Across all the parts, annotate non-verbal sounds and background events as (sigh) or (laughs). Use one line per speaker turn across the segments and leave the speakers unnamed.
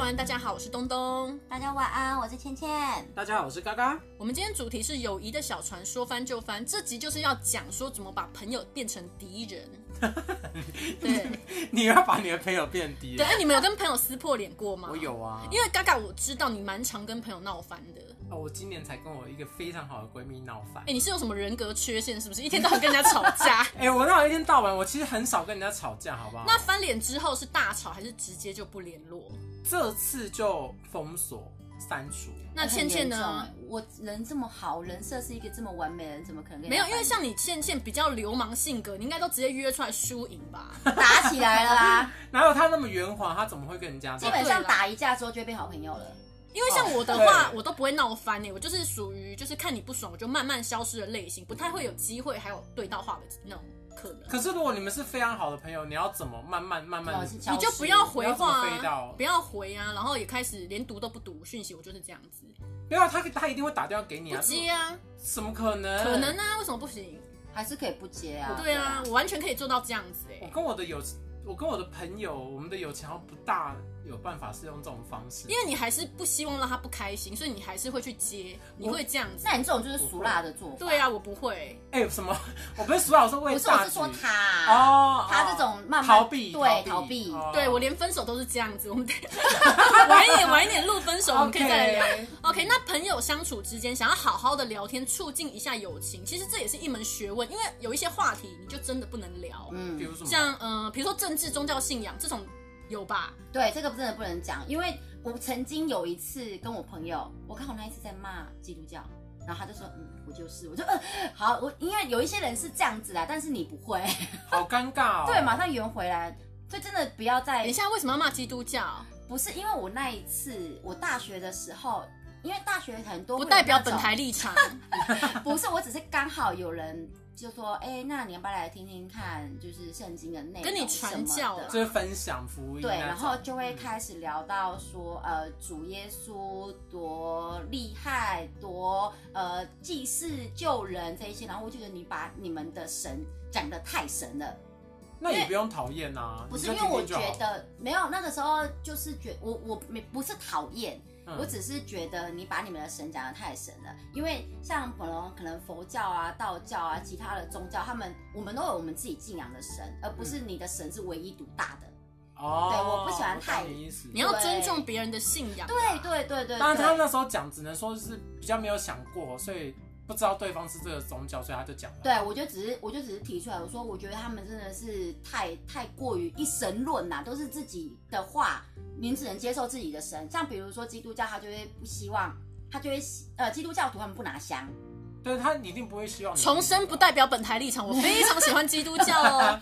安，大家好，我是东东。
大家晚安，我是倩倩。
大家好，我是嘎 (laughs) 嘎。
我们今天主题是友谊的小船，说翻就翻。这集就是要讲说怎么把朋友变成敌
(laughs)
人。对
你要把你的朋友变低
对，，哎，你们有跟朋友撕破脸过吗？
我有啊，
因为嘎嘎，我知道你蛮常跟朋友闹翻的。
哦，我今年才跟我一个非常好的闺蜜闹翻
哎、。你是有什么人格缺陷是不是？一天到晚跟人家吵
(laughs)。
架
哎、我那我一天到晚，我其实很少跟人家吵架，好不好？
那翻脸之后是大吵还是直接就不联络？
这次就封锁删除。
那倩倩呢？
很严重？我人这么好，人设是一个这么完美的人，怎么可能跟人
没
家
有，因为像你倩倩比较流氓性格，你应该都直接约出来输赢吧？
打起来
(laughs)
了啦？
哪有她那么圆滑？她怎么会跟人家
(laughs) 基
吵？
本上打一架之后就会变好朋友了。
因为像我的话，
哦对
我都不会闹翻诶、欸我就是属于就是看你不爽，我就慢慢消失的类型，不太会有机会还有对到话的那种可能。
可是如果你们是非常好的朋友，你要怎么慢慢慢慢
哦
地？
是
你就不要回话
不要这么飞
啊
到，
不要回啊，然后也开始连读都不读讯息，我就是这样子，
没有她，她一定会打电话给你
不
啊。
接啊，
怎么可能？
可能啊，为什么不行？
还是可以不接啊？
对啊，，我完全可以做到这样子欸诶、
我跟我的友，我跟我的朋友，我们的友情好像不大有办法是用这种方式。
因为你还是不希望让他不开心，所以你还是会去接，你会这样子。
那你这种就是俗辣的做法。
对啊，，我不会。
哎、什么？我不是说老师为
不是，我
大
是说
局
他啊，
哦，
他这种慢慢
逃避，哦
对逃
逃
避。
对我连分手都是这样子，我们
(laughs)
晚一点晚一点录分手，我们可以再来聊。
聊。
OK，那朋友相处之间想要好好的聊天，促进一下友情，其实这也是一门学问，因为有一些话题你就真的不能聊，
比
嗯，
如什么？
像呃，比如说政治、宗教信仰这种有吧？
对，这个真的不能讲，因为我曾经有一次跟我朋友，我看我那一次在骂基督教。然后他就说，嗯，我就是，我就，嗯，好，我因为有一些人是这样子啦，但是你不会，
好尴尬哦。
对，马上圆回来，所以真的不要再
等一哎下为什么要骂基督教？
不是因为我那一次，我大学的时候，因为大学很多
不
会有
代表
那种
本，台立场。
(laughs) 不是，我只是刚好有人就说，哎、那你要不要来听听看，就是圣经的内容
跟你
什
传
么
教啊
的
啦
就是分享福音那
对，
种。
然后就会开始聊到说，呃，主耶稣多厉害，多呃济世救人这一些，然后我就觉得你把你们的神讲的太神了。
那也不用讨厌啊。
不是
你
因
就
为我
听听就
觉
好
得没有那个时候，就是觉我我没不是讨厌，
嗯
我只是觉得你把你们的神讲的太神了。因为像可能可能佛教啊、道教啊、其他的宗教，他们我们都有我们自己敬仰的神，而不
嗯
是你的神是唯一独大的。
哦，
对我不喜欢太
我懂你意思。
你要尊重别人的信仰。啊
对对对对
当然他
对。
那时候讲，只能说是比较没有想过，所以不知道对方是这个宗教，所以他就讲了。
对，我就只是，我就只是提出来，我说我觉得他们真的是太太过于一神论呐、都是自己的话，您只能接受自己的神。像比如说基督教，他就会不希望，他就会希呃，基督教徒他们不拿香， (laughs)
对，他一定不会希望你
重生不代表本台立场，我非常喜欢基督教
(laughs)
哦。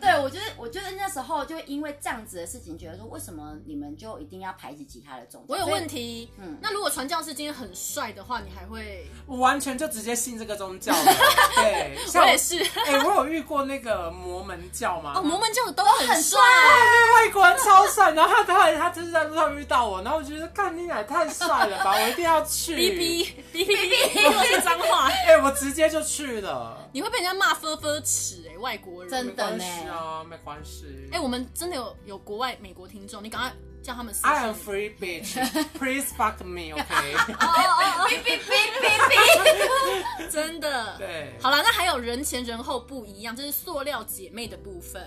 对，我觉得，我觉得那时候就因为这样子的事情，觉得说为什么你们就一定要排挤其他的宗教？
我有
所以
问，
(laughs)
题，
嗯，
那如果传教士今天很帅的话，你还会？
我完全就直接信这个宗教
(laughs)
了。对，像
我也是。
哎、我有遇过那个摩门教嘛？
哦，摩门教的都
很
很
帅
帅。
外国人超帅，然后他他他就是在路上遇到我，然后我觉得看你奶太帅了吧，我一定要去。
哔哔哔哔哔，我是脏话。
哎、我直接就去了，
你会被人家骂分分尺哎，外国人。
真
没
的呢
关系啊，没关系。
哎、我们真的有有国外美国听众，你赶快叫他们私
I am
信。
free bitch, please fuck me, OK？
(laughs) 哦哦哦，哔哔哔哔哔，真的。
对，
好啦，那还有人前人后不一样，这是塑料姐妹的部分。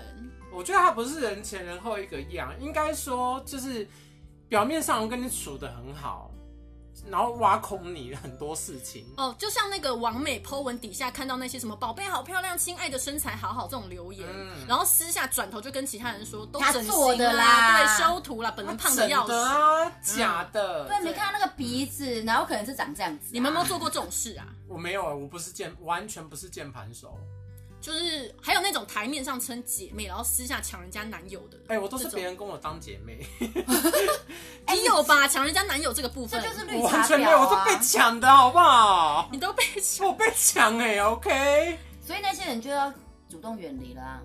我觉得他不是人前人后一个样，应该说就是表面上我跟你处的很好，然后挖空你很多事情。
哦，就像那个王美 Po 文底下看到那些什么“宝贝好漂亮”“亲爱的身材好好”这种留言，
嗯
然后私下转头就跟其他人说都
他
整
做
形
的啦
对，修图啦，本人胖的
整
要死。嗯
的啊，假的。
对，没看到那个鼻子，然后可能是长这样子啊、
你们有没有做过这种事啊？
我没有，我不是键，完全不是键盘手。
就是还有那种台面上称姐妹，然后私下抢人家男友的。
哎、我都是
这种
别人跟我当姐妹，
你有吧？抢人家男友这个部
哎这
分，
就是绿
我
茶
完全没
婊
有，我都
啊！
被抢的好不好？ (laughs)
你都被抢。
我被抢哎、o k
所以那些人就要主动远离了啊。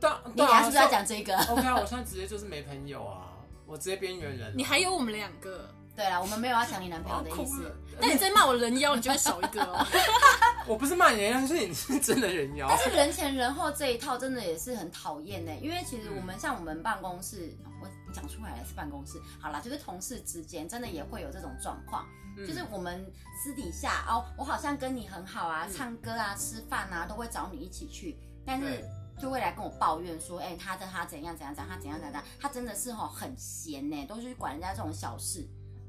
但
你
啊
等一下是不是要讲这个？ (laughs)
？OK 啊啊，我现在直接就是没朋友啊，我直接边缘人了。
你还有我们两个，
对啦，我们没有要抢你男朋
好
友的意
哭
思
了。。
但你再骂我人妖，你就会少一个哦。 (laughs)
我不是骂人，是你是真的人妖
但。是人前人后这一套真的也是很讨厌呢，欸因为其实我们像我们办公室，我讲出来了是办公室，好啦，就是同事之间真的也会有这种状况，
嗯
就是我们私底下哦，我好像跟你很好啊，唱歌啊、吃饭啊都会找你一起去，但是
对
就会来跟我抱怨说，哎、他的他怎样怎样怎样，他怎样怎样，他真的是吼很闲呢，都是去管人家这种小事，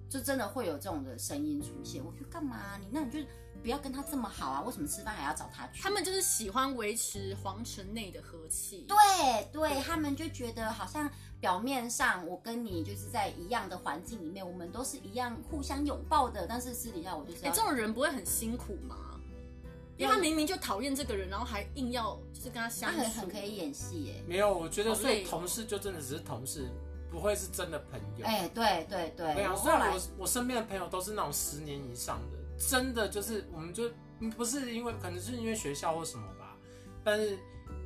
就真的会有这种的声音出现。我说干嘛啊你？那你就不要跟他这么好啊，为什么吃饭还要找他去？
他们就是喜欢维持皇城内的和气。
对对，他们就觉得好像表面上我跟你就是在一样的环境里面，我们都是一样互相拥抱的，但是私底下我就是
哎、
要
这种人不会很辛苦吗？因为他明明就讨厌这个人，然后还硬要就是跟他
他
相处，
很很可以演戏耶。
没有，我觉得
好累
所以
哦
同事就真的只是同事，不会是真的朋友。
哎、对对
对
对，
啊，
我
虽
后
然
来
我我身边的朋友都是那种十年以上的，真的就是我们就嗯不是因为可能是因为学校或什么吧，但是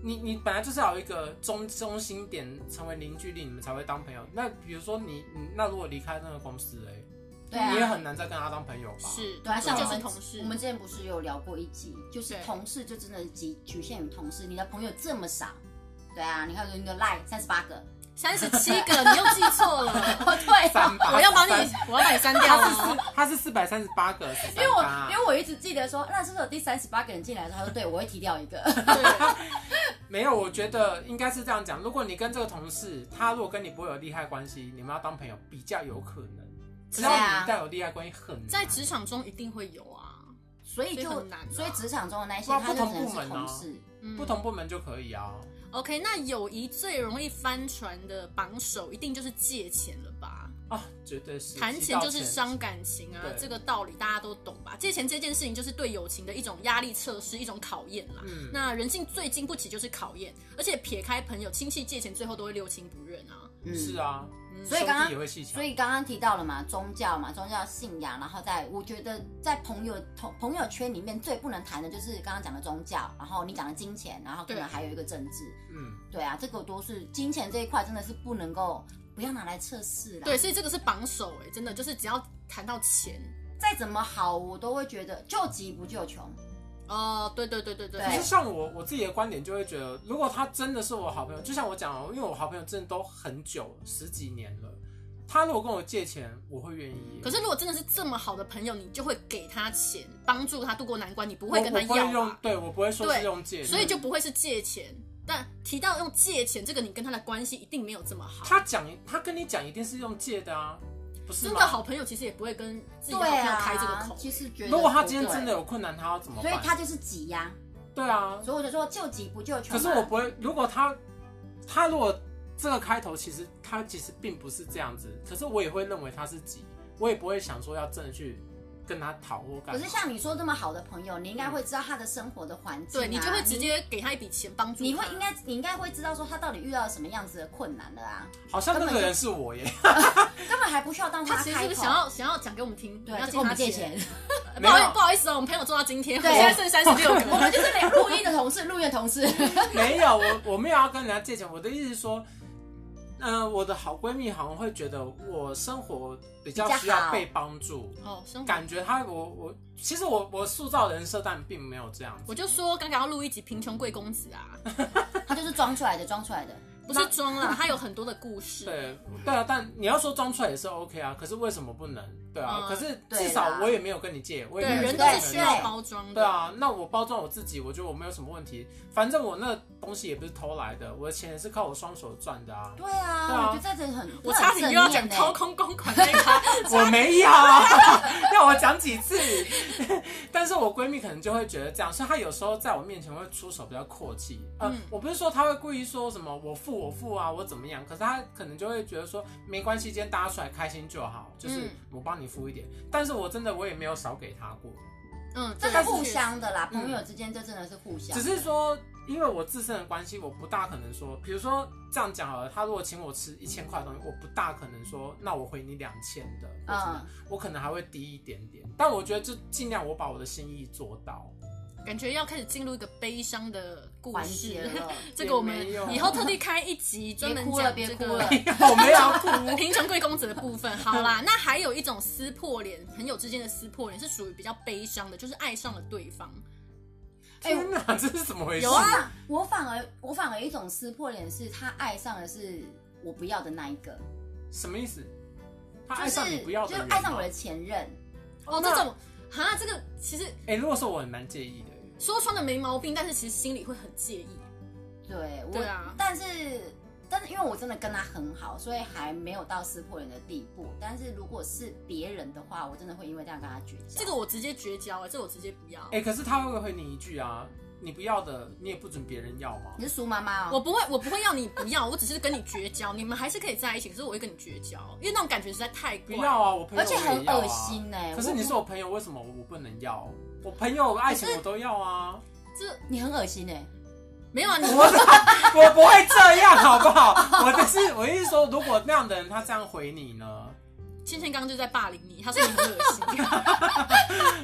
你你本来就是要有一个中中心点，成为凝聚力，你们才会当朋友。那比如说你你那如果离开那个公司嘞、
对啊
你也很难再跟他当朋友吧？
是，
对啊，像
就
我
是
们
同事，
我们之前不是有聊过一集，就是
对
同事就真的局局限于同事，你的朋友这么少，对啊，你看你的 line 三十八个，
三十七个，你又记错
(laughs)
了，
哦对
三八，
我要把你
三，
我要把你删掉哦。
他是四百三十八个，
因
因
为我因为我一直记得说，那是不是有第三十八个人进来的时候，他说对我会提掉一个，
对，
没有，我觉得应该是这样讲。如果你跟这个同事，他如果跟你不会有利害关系，你们要当朋友比较有可能。只要
对啊
你一旦有利害关系，很
嗯
难
在职场中一定会有啊，
所以就
所以很难啊
所以职场中的那一些
不，然
他就
不
只能
同部
是
门啊
同事。
嗯
不同部门就可以啊。
OK，那友谊最容易翻船的榜首，一定就是借钱了吧？
啊，绝对是
谈钱就是伤
感。
感情啊
对，
这个道理大家都懂吧？借钱这件事情就是对友情的一种压力测试，一种考验啦。
嗯，
那人性最经不起就是考验，而且撇开朋友、亲戚借钱，最后都会六亲不认啊。
嗯
是啊，
所以刚刚
兄弟也会细
所
想。
以刚刚提到了嘛，宗教嘛，宗教信仰，然后在我觉得在朋友同朋友圈里面最不能谈的就是刚刚讲的宗教，然后你讲的金钱，然后可能
对
还有一个政治，
嗯，
对啊，这个都是金钱这一块真的是不能够不要拿来测试啦。
对，，所以这个是榜首哎、真的就是只要谈到钱，
再怎么好我都会觉得救急不救穷，
哦，对对对对对，
可是
对
像我我自己的观点就会觉得，如果他真的是我好朋友，就像我讲哦，因为我好朋友真的都很久十几年了，他如果跟我借钱，我会愿意耶。
可是如果真的是这么好的朋友，你就会给他钱，帮助他渡过难关，你不
我
会跟他
我不会
要啊
用
吧？，
对我不会说是
对
用借的，
所以就不会是借钱。但提到用借钱这个，你跟他的关系一定没有这么好。
他讲，他跟你讲一定是用借的啊，不是
真
吗？
的好朋友其实也不会跟自己的好朋
对
友
啊，
开这个口。
其实觉得
如果他今天真的
有，
有困难，他要怎么
所
办？
以他就是急呀、
对啊，
所以我就说救急不救穷嘛。
可是我不会。如果他他如果这个开头其实他其实并不是这样子，可是我也会认为他是急，我也不会想说要真的去跟他讨或干
可
嘛。
是像你说这么好的朋友，你应该会知道他的生活的环境、啊，
对你就会直接给他一笔钱帮助
你
他
会应该你应该会知道说他到底遇到了什么样子的困难
(laughs)
了啊，
好像那个人是我耶，
根本还不需要当
他其
开
实是不
口。
是想要想要讲给我们听，你
对
要
就
借
跟我
他
们借钱？？
(laughs) 呃不
没有
好意不好意思哦，我们朋友做到今天，我
对
现在剩三十六
我 (laughs)
个。
们就是没录音的同事，录音的同事。 (laughs)
没有我我没有要跟人家借钱，我的意思是说。嗯、我的好闺蜜好像会觉得我生活比较
比较
需要
好
被帮助，
哦，生活。
感觉他我我其实我我塑造人设，但并没有这样子。
我就说刚刚要录一集贫穷贵公子啊，
他就是装出来的，装出来的。
(laughs) 不是装啦，他有很多的故事。
对对啊，但你要说装出来也是 OK 啊，可是为什么不能？对啊，
嗯
可是
对啦
至少我也没有跟你借，我也
对，
没有
人
跟
都是
你
对
需
借
要包装的。
对啊，那我包装我自己，我觉得我没有什么问题。反正我那东西也不是偷来的，我的钱也是靠我双手赚的啊。
对啊，
对啊
我觉得这很很欸
我差点又要讲掏。空公款那一趴，
我没有， (laughs) 要我讲几次？ (laughs) 但是我闺蜜可能就会觉得这样，所以她有时候在我面前会出手比较阔气。呃，
嗯
我不是说她会故意说什么我付我付啊，我怎么样，可是她可能就会觉得说没关系，今天大家出来开心就好，就是
嗯
我帮你付一点。但是我真的我也没有少给她过，
(laughs)
嗯，
这
个
是
是
互相的啦，
嗯
朋友之间这真的是互相
只
的。
是说因为我自身的关系，我不大可能说，比如说这样讲好了，她如果请我吃一千块的东西，我不大可能说那我回你两千的，或者什么
嗯，
我可能还会低一点点，但我觉得就尽量我把我的心意做到。 (laughs)
感觉要开始进入一个悲伤的故
环节
事。
了。
(laughs) 这个我们
也没有
以后特地开一集专门讲
别
这
哭了
(laughs) 个
别
我没有哭，
贫穷贵公子的部分。好啦，那还有一种撕破脸，朋友之间的撕破脸是属于比较悲伤的，就是爱上了对方。
哎
天哪，这是怎么回事？
有啊
那我反而我反而有一种撕破脸是，他爱上的是我不要的那一个，
什么意思？他
就
爱上
是
你不要的
就
人吗，
爱上我的前任。
哦，这种哈，这个其实
哎、如果说我很蛮介意的，
说穿了没毛病，但是其实心里会很介意。
对，我
对啊
但是但是因为我真的跟他很好，所以还没有到撕破脸的地步。但是如果是别人的话，我真的会因为这样跟他绝交。
这个我直接绝交、哎，这我直接不要。
哎、可是他会回你一句啊，你不要的，你也不准别人要吗？
你是苏妈妈
我
哦，
不会，我不会要你不要，我只是跟你绝交，你们还是可以在一起，可是我会跟你绝交，因为那种感觉实在太
不
怪。
要啊，我朋友
而且很
我也要啊
恶心哎
可是
我
你是我朋友，为什么我不能要？我朋友爱情我都要啊， (laughs)
这
你很恶心哎、
嗯
没有啊，你
我我不会这样，好不好？我的是我意思是说，如果那样的人他这样回你呢？
芊芊刚刚就在霸凌你，他说你很恶
(laughs)
心。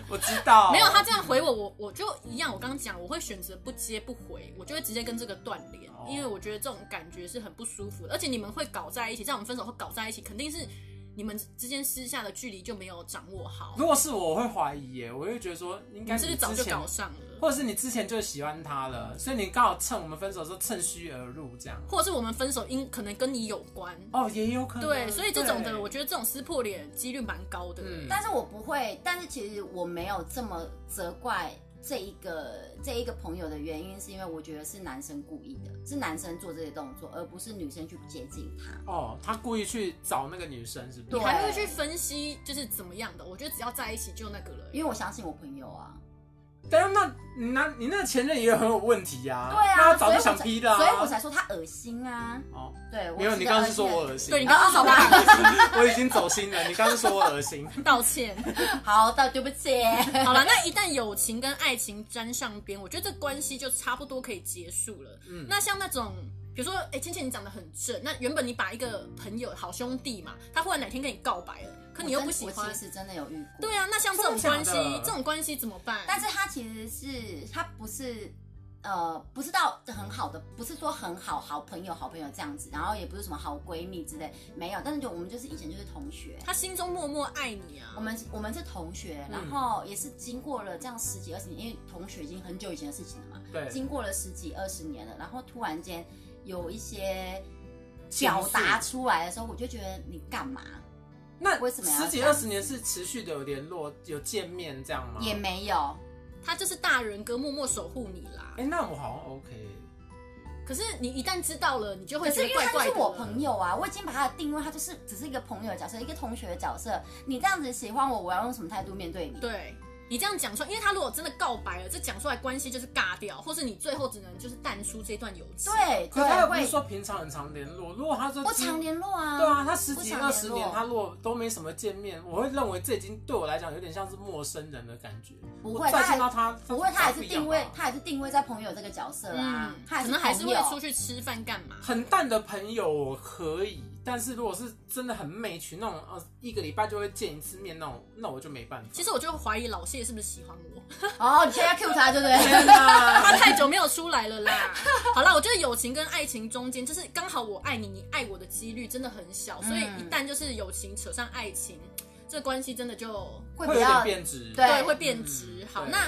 我知道，
没有，他这样回我，我我就一样。我刚刚讲，我会选择不接不回，我就会直接跟这个断联，
哦
因为我觉得这种感觉是很不舒服的。而且你们会搞在一起，在我们分手后搞在一起，肯定是你们之间私下的距离就没有掌握好，
如果是我，我会怀疑耶，我会嗯觉得说，应该
是不是
你
早
之
就
前
搞上了？
或者是你之前就喜欢他了，所以你刚好趁我们分手的时候趁虚而入这样。
或者是我们分手因可能跟你有关？
哦，也有可能。
对，所以这种的，我
得
觉得这种撕破脸几率蛮高的。
嗯
但是我不会，但是其实我没有这么责怪这一个这一个朋友的原因，是因为我觉得是男生故意的，是男生做这些动作，而不是女生去接近他。
哦，他故意去找那个女生，是不是？
你
对啊
还会去分析就是怎么样的？我觉得只要在一起就那个了。
嗯
因为我相信我朋友啊，
但是那你那你那个前任也很有问题呀、
对啊，
那他早
所
就
以我
想
才
劈的、啊
所以我才说他恶心啊。
哦，
对，我
没有，
指
你
的
刚刚
恶
是说
心的
我恶心，
对你
(laughs)
刚刚说
我
他
恶心，我已经走心了。你刚刚是说我恶
(laughs)
心，
(laughs) 道歉。
好的，对不 (laughs) 起。
好了，那一旦友情跟爱情沾上边，我觉得这关系就差不多可以结束了。
嗯
那像那种，比如说，哎、芊芊你长得很正，那原本你把一个朋友、好兄弟嘛，他忽然哪天跟你告白了，可你又不喜
我
欢
其，实真的有遇过。
对啊，那像这种
真的
关
假
系
的，
这种关系怎么办？
但是他其实是他不是呃不是到很好的，不是说很好好朋友好朋友这样子，然后也不是什么好闺蜜之类，没有。但是就我们就是以前就是同学，
他心中默默爱你啊。
我们我们是同学，
嗯
然后也是经过了这样十几二十年，因为同学已经很久以前的事情了嘛，
对，
经过了十几二十年了，然后突然间有一些
情
表
绪
达出来的时候，我就觉得你干嘛？
那
为什么要
十几
这样
二十年是持续的有联络、有见面这样吗？
也没有，
他就是大人哥，默默守护你啦
哎、。那我好像 OK。
可是你一旦知道了，你就
可
会觉
是
得
因为
怪
他就
怪
是
的。
我朋，友啊，我已经把他的定位，他就是只是一个朋友的角色，一个同学的角色。你这样子喜欢我，我要用什么态度面对你？
对。你这样讲出来，因为他如果真的告白了，这讲出来关系就是尬掉，或是你最后只能就是淡出这段友情。
对
可是他
对，
又不是
会
说平常很常联络，如果他说
不
只
常联络啊。
对啊，他十
不
几
常
二
联
十年
络，
他如果都没什么见面，我会认为这已经对我来讲有点像是陌生人的感觉。
不
我
会
再
他
见到他，
不会，他还
不
是
一样
定位
吧，
他还是定位在朋友这个角色啊，
嗯
他
可能还是
朋
会
友
出去吃饭干嘛？
很淡的朋友我可以，但是如果是真的很媚群那种，呃，一个礼拜就会见一次面那种，那我就没办法。
其实我就怀疑老谢是不是喜欢我，
(laughs) 哦，你现在要 Q 他，对不对？
天哪，
(laughs)
他太久没有出来了啦。好啦，我觉得友情跟爱情中间，就是刚好我爱你，你爱我的几率真的很小，所以
嗯
一旦就是友情扯上爱情，这关系真的就
会
会
比
有点
较
变质。
对
对会变质。
嗯
好，
对
那。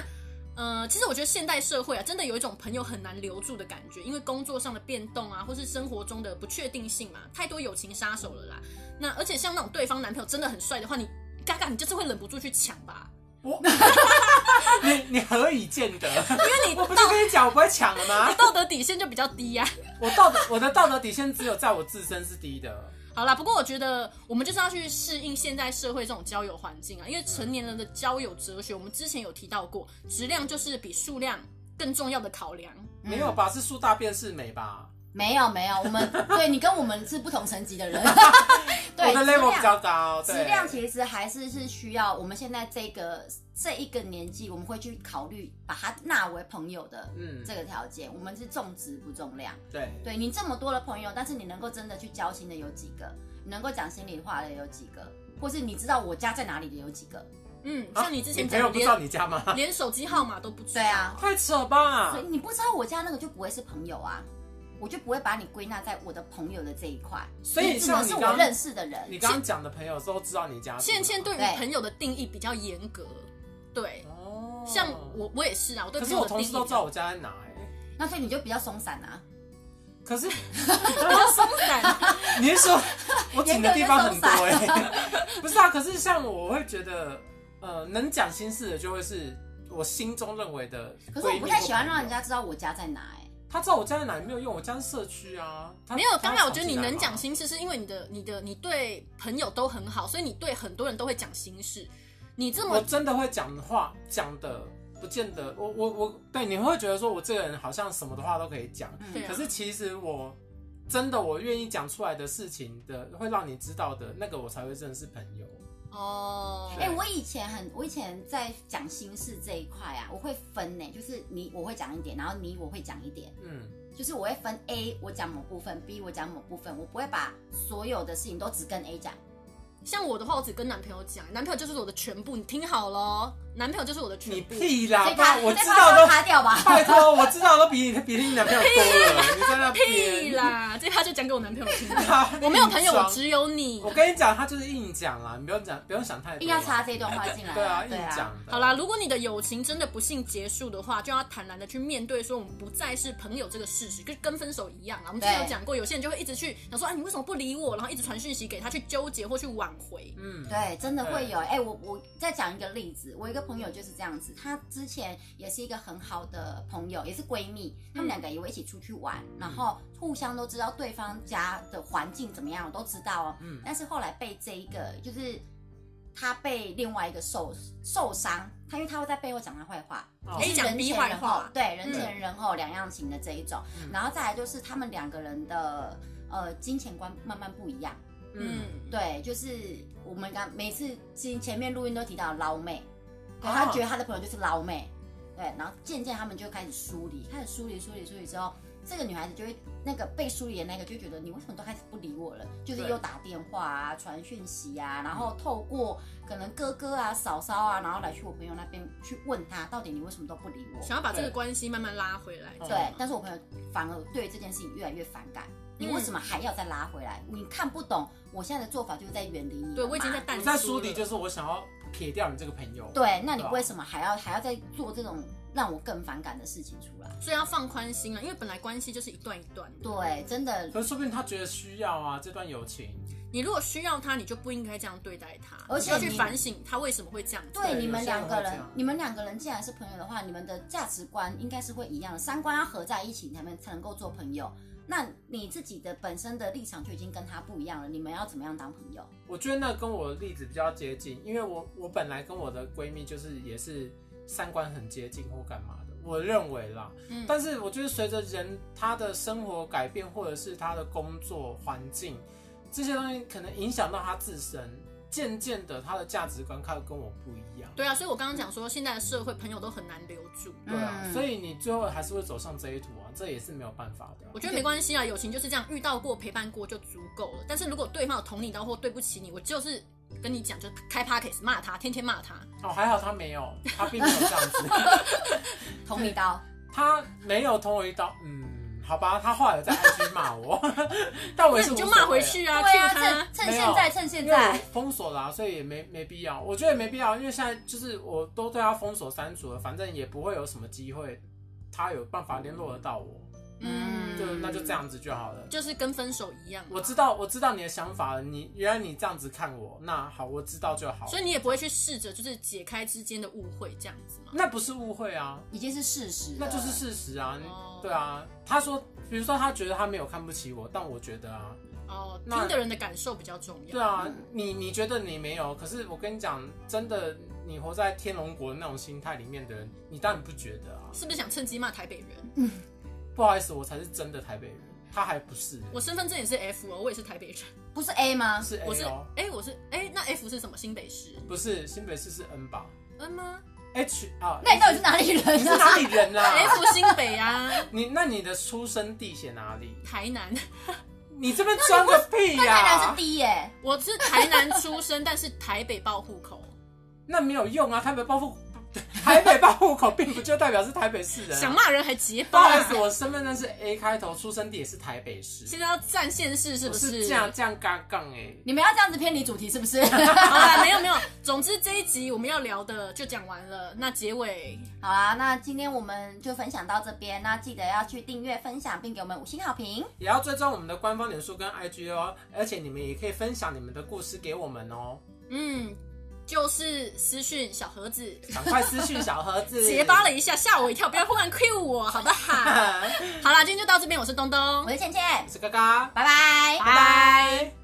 呃，其实我觉得现代社会啊，真的有一种朋友很难留住的感觉，因为工作上的变动啊，或是生活中的不确定性嘛，太多友情杀手了啦。那而且像那种对方男朋友真的很帅的话，你嘎嘎，你就是会忍不住去抢吧。
我 (laughs) 你你何以见得？因
你
为我不是跟你讲我不会抢了吗？
道德底线就比较低啊呀、
我道德我的道德底线只有在我自身是低的。
好啦，不过我觉得我们就是要去适应现代社会这种交友环境啊，因为成年人的交友哲学，我们之前有提到过，质量就是比数量更重要的考量。
没
嗯
有吧？是树大便是美吧？
没有没有，我们
(laughs)
对你跟我们是不同层级的人。对，
我的
质
level
量
比较高，对
质量其实还是是需要我们现在这个这一个年纪，我们会去考虑把它纳为朋友的
嗯
这个条件。我们是重质不重量，
对
对你这么多的朋友，但是你能够真的去交心的有几个？你能够讲心里话的有几个？或是你知道我家在哪里的有几个？
嗯，
啊
像你之前
朋友
讲
不知道
连
你啊家吗？
连手机号码都不知道，
对啊，
太扯吧
所以！你不知道我家那个就不会是朋友啊，我就不会把你归纳在我的朋友的这一块，
所以
你只
像
能
你
是
刚
我认识的人。
你刚刚讲的朋友都知道你家住哪
倩倩对于
对
朋友的定义比较严格，对，
哦，
像，我我也是啊，我对
可
朋
是
友
我
的定
同
义
事都
比
知
(laughs)
道
较
我家在哪哎、
那所以你就比较松散啊，(laughs)
可是
松
(laughs)
散，
你是说我紧的地方很多哎、
(laughs)
不是啊，可是像我会觉得，呃，能讲心事的就会是我心中认为的闺蜜或朋友。
可是我不太喜欢让人家知道我家在哪、欸，
他知道我家在哪里没有用，我家是社区啊。他
没有。
他
当然，我觉得
闯
你
进来
能
嘛
讲心事，是因为你的你的你对朋友都很好，所以你对很多人都会讲心事。你这
我
么
真的会讲话，讲的不见得，我我我对你会觉得说我这个人好像什么的话都可以讲，
嗯
对啊
可是其实我真的我愿意讲出来的事情的，会让你知道的那个，我才会真的是朋友。
哦，
哎、
对
我以前很，我以前在讲心事这一块啊，我会分呢、就是你我会讲一点，然后你我会讲一点，
嗯，
就是我会分 A 我讲某部分，B 我讲某部分，我不会把所有的事情都只跟 A 讲。
像我的话，我只跟男朋友讲，男朋友就是我的全部，你听好喽，男朋友就是我的全
你
部。
屁啦
所以，
不
他
然
所
我
以
知
他
道
要
都，
擦掉
(laughs)
吧。
拜托，我知道都比你比你男朋友多了，你在那
屁
边。
啦，这他就讲给我男朋友听。
他
我没有朋友，
硬
我
装
只有你
我。跟你讲，他就是硬讲啦，你不用讲，不用想太多啦。
硬要插这段话进来啊，
对啊，硬
对啊，
讲的。
好啦，，如果你的友情真的不幸结束的话，就要坦然的去面对，说我们不再是朋友这个事实，跟跟分手一样啊啦。我们之前
对
有讲过，有些人就会一直去想说，啊，你为什么不理我？然后一直传讯息给他去纠结或去挽回。
嗯，
对，啊真的会有。哎、我我再讲一个例子，我一个朋友就是这样子，她之前也是一个很好的朋友，也是闺蜜，
嗯
她们两个也会一起出去玩，然后互相都知道对方家的环境怎么样，都知道哦。
嗯
但是后来被这一个就是。她被另外一个受受伤，她因为她会在背后讲她坏话，
哦
就是
A 讲
人
B
前
坏
人
话
后对人
嗯
前人后两样情的这一种，
嗯
然后再来就是他们两个人的呃金钱观慢慢不一样，
嗯，
对，就是我们刚每次前前面录音都提到捞妹，对
哦
他觉得他的朋友就是捞妹，对，然后渐渐他们就开始梳理，开始梳理梳理梳理之后，这个女孩子就会那个被梳理的那个就觉得你为什么都开始不理我了，就是
对嗯
又打电话啊、传讯息啊，然后透过可能哥哥啊、嫂嫂啊，然后来去我朋友那边去问他到底你为什么都不理我，
想要把这个
对
关系慢慢拉回来。
嗯
这样
对，但是我朋友反而对这件事情越来越反感。你
嗯
为什么还要再拉回来？你看不懂我现在的做法，就是在远离你了嘛。
对，我已经在淡
我
出
在梳理，
了
就是我想要撇掉你这个朋友。
对，那你
对啊
为什么还要还要再做这种让我更反感的事情出来？
所以要放宽心啊了，因为本来关系就是一段一段的。
对，真的，
可是说不定他觉得需要啊，这段友情。
你如果需要他，你就不应该这样对待他，
而
你
且
要去
你
反省他为什么会这样子。
对
对
你们
有些人
两个
会这
人
样，
你们两个人既然是朋友的话，你们的价值观应该是会一样的，三观要合在一起，你才能才能够做朋友。那你自己的本身的立场就已经跟他不一样了，你们要怎么样当朋友？
我觉得那跟我的例子比较接近，因为我我本来跟我的闺蜜就是也是三观很接近或干嘛的，我认为啦。
嗯
但是我觉得随着人他的生活改变，或者是他的工作环境这些东西，可能影响到他自身，渐渐的他的价值观开始跟我不一样。
对啊，所以我刚刚讲说，现在的社会朋友都很难留住。
对啊，
嗯
所以你最后还是会走上这一途啊，这也是没有办法的啊、
我觉得没关系啊，友情就是这样，遇到过、陪伴过就足够了。但是如果对方有捅你刀或对不起你，我就是跟你讲，就开 p a c k a s 骂他，天天骂他。
哦，还好他没有，他并没有这样
(laughs)
子，
捅你刀，
他没有捅我一刀。嗯，好吧，他后来有在 IG 骂我， (laughs) 但我
那
也是
你就
无所
骂
谓
回，去啊
对
，Q
啊，
他
趁。趁
没有
现在，趁现
因为我
在，
封锁啦、所以也没没必要。我觉得也没必要，因为现在就是我都对他封锁删除了，反正也不会有什么机会，他有办法联络得到我，
嗯，
就那就这样子就好了。
就是跟分手一样。啊
我知。道，我知道你的想法了。你原来你这样子看我，那好，我知道就好。
所以你也不会去试着就是解开之间的误会这样子嘛？
那不是误会啊，
已经是事实了，
那就是事实啊，
哦
对啊。他说，比如说他觉得他没有看不起我，但我觉得啊，
哦，
那
听的人的感受比较重要。
对啊，你你觉得你没有，可是我跟你讲，真的，你活在天龙国那种心态里面的人，你当然不觉得啊。
是不是想趁机骂台北人？
不好意思，我才是真的台北人，他还不是，
我身份证也是 F 哦，我也是台北人。
不是 A 吗？
是
我是
A 哦，
哎、我是哎、那 F 是什么？新北市
不是新北市是 N 吧
N 吗
？H 啊，
那你到底是哪里
你
人
是
啊？
哪里人啦、
？F 新北啊，
你那你的出生地写哪里？
台南。 (laughs)
你这边装个屁
那
呀、
当然是 D 耶、
我是台南出生，但是台北报户口。
那没有用啊！台北报户，台北报户口，并不就代表是台北市人、
想
啊。
骂人还结
不好意
巴。
思，我身份证是 A 开头，出生地也是台北市，
现在要占县市是
我
不
是这样这样杠杠哎。
你们要这样子偏离主题是不
(laughs)
是？
好啦，没有没有，总之这一集我们要聊的就讲完了。那结尾
好啦，啊那今天我们就分享到这边，那记得要去订阅、分享，并给我们五星好评。
也要追踪我们的官方脸书跟 IG 哦，而且你们也可以分享你们的故事给我们哦，
嗯，就是私讯小盒子，
赶快私讯小盒
(laughs)
子。
结巴了一下，吓我一跳，不要忽然 Q 我，好不
(laughs)
好？好啦，今天就到这边，我是东东
我，是倩倩，
我是嘎嘎，
拜拜，
拜。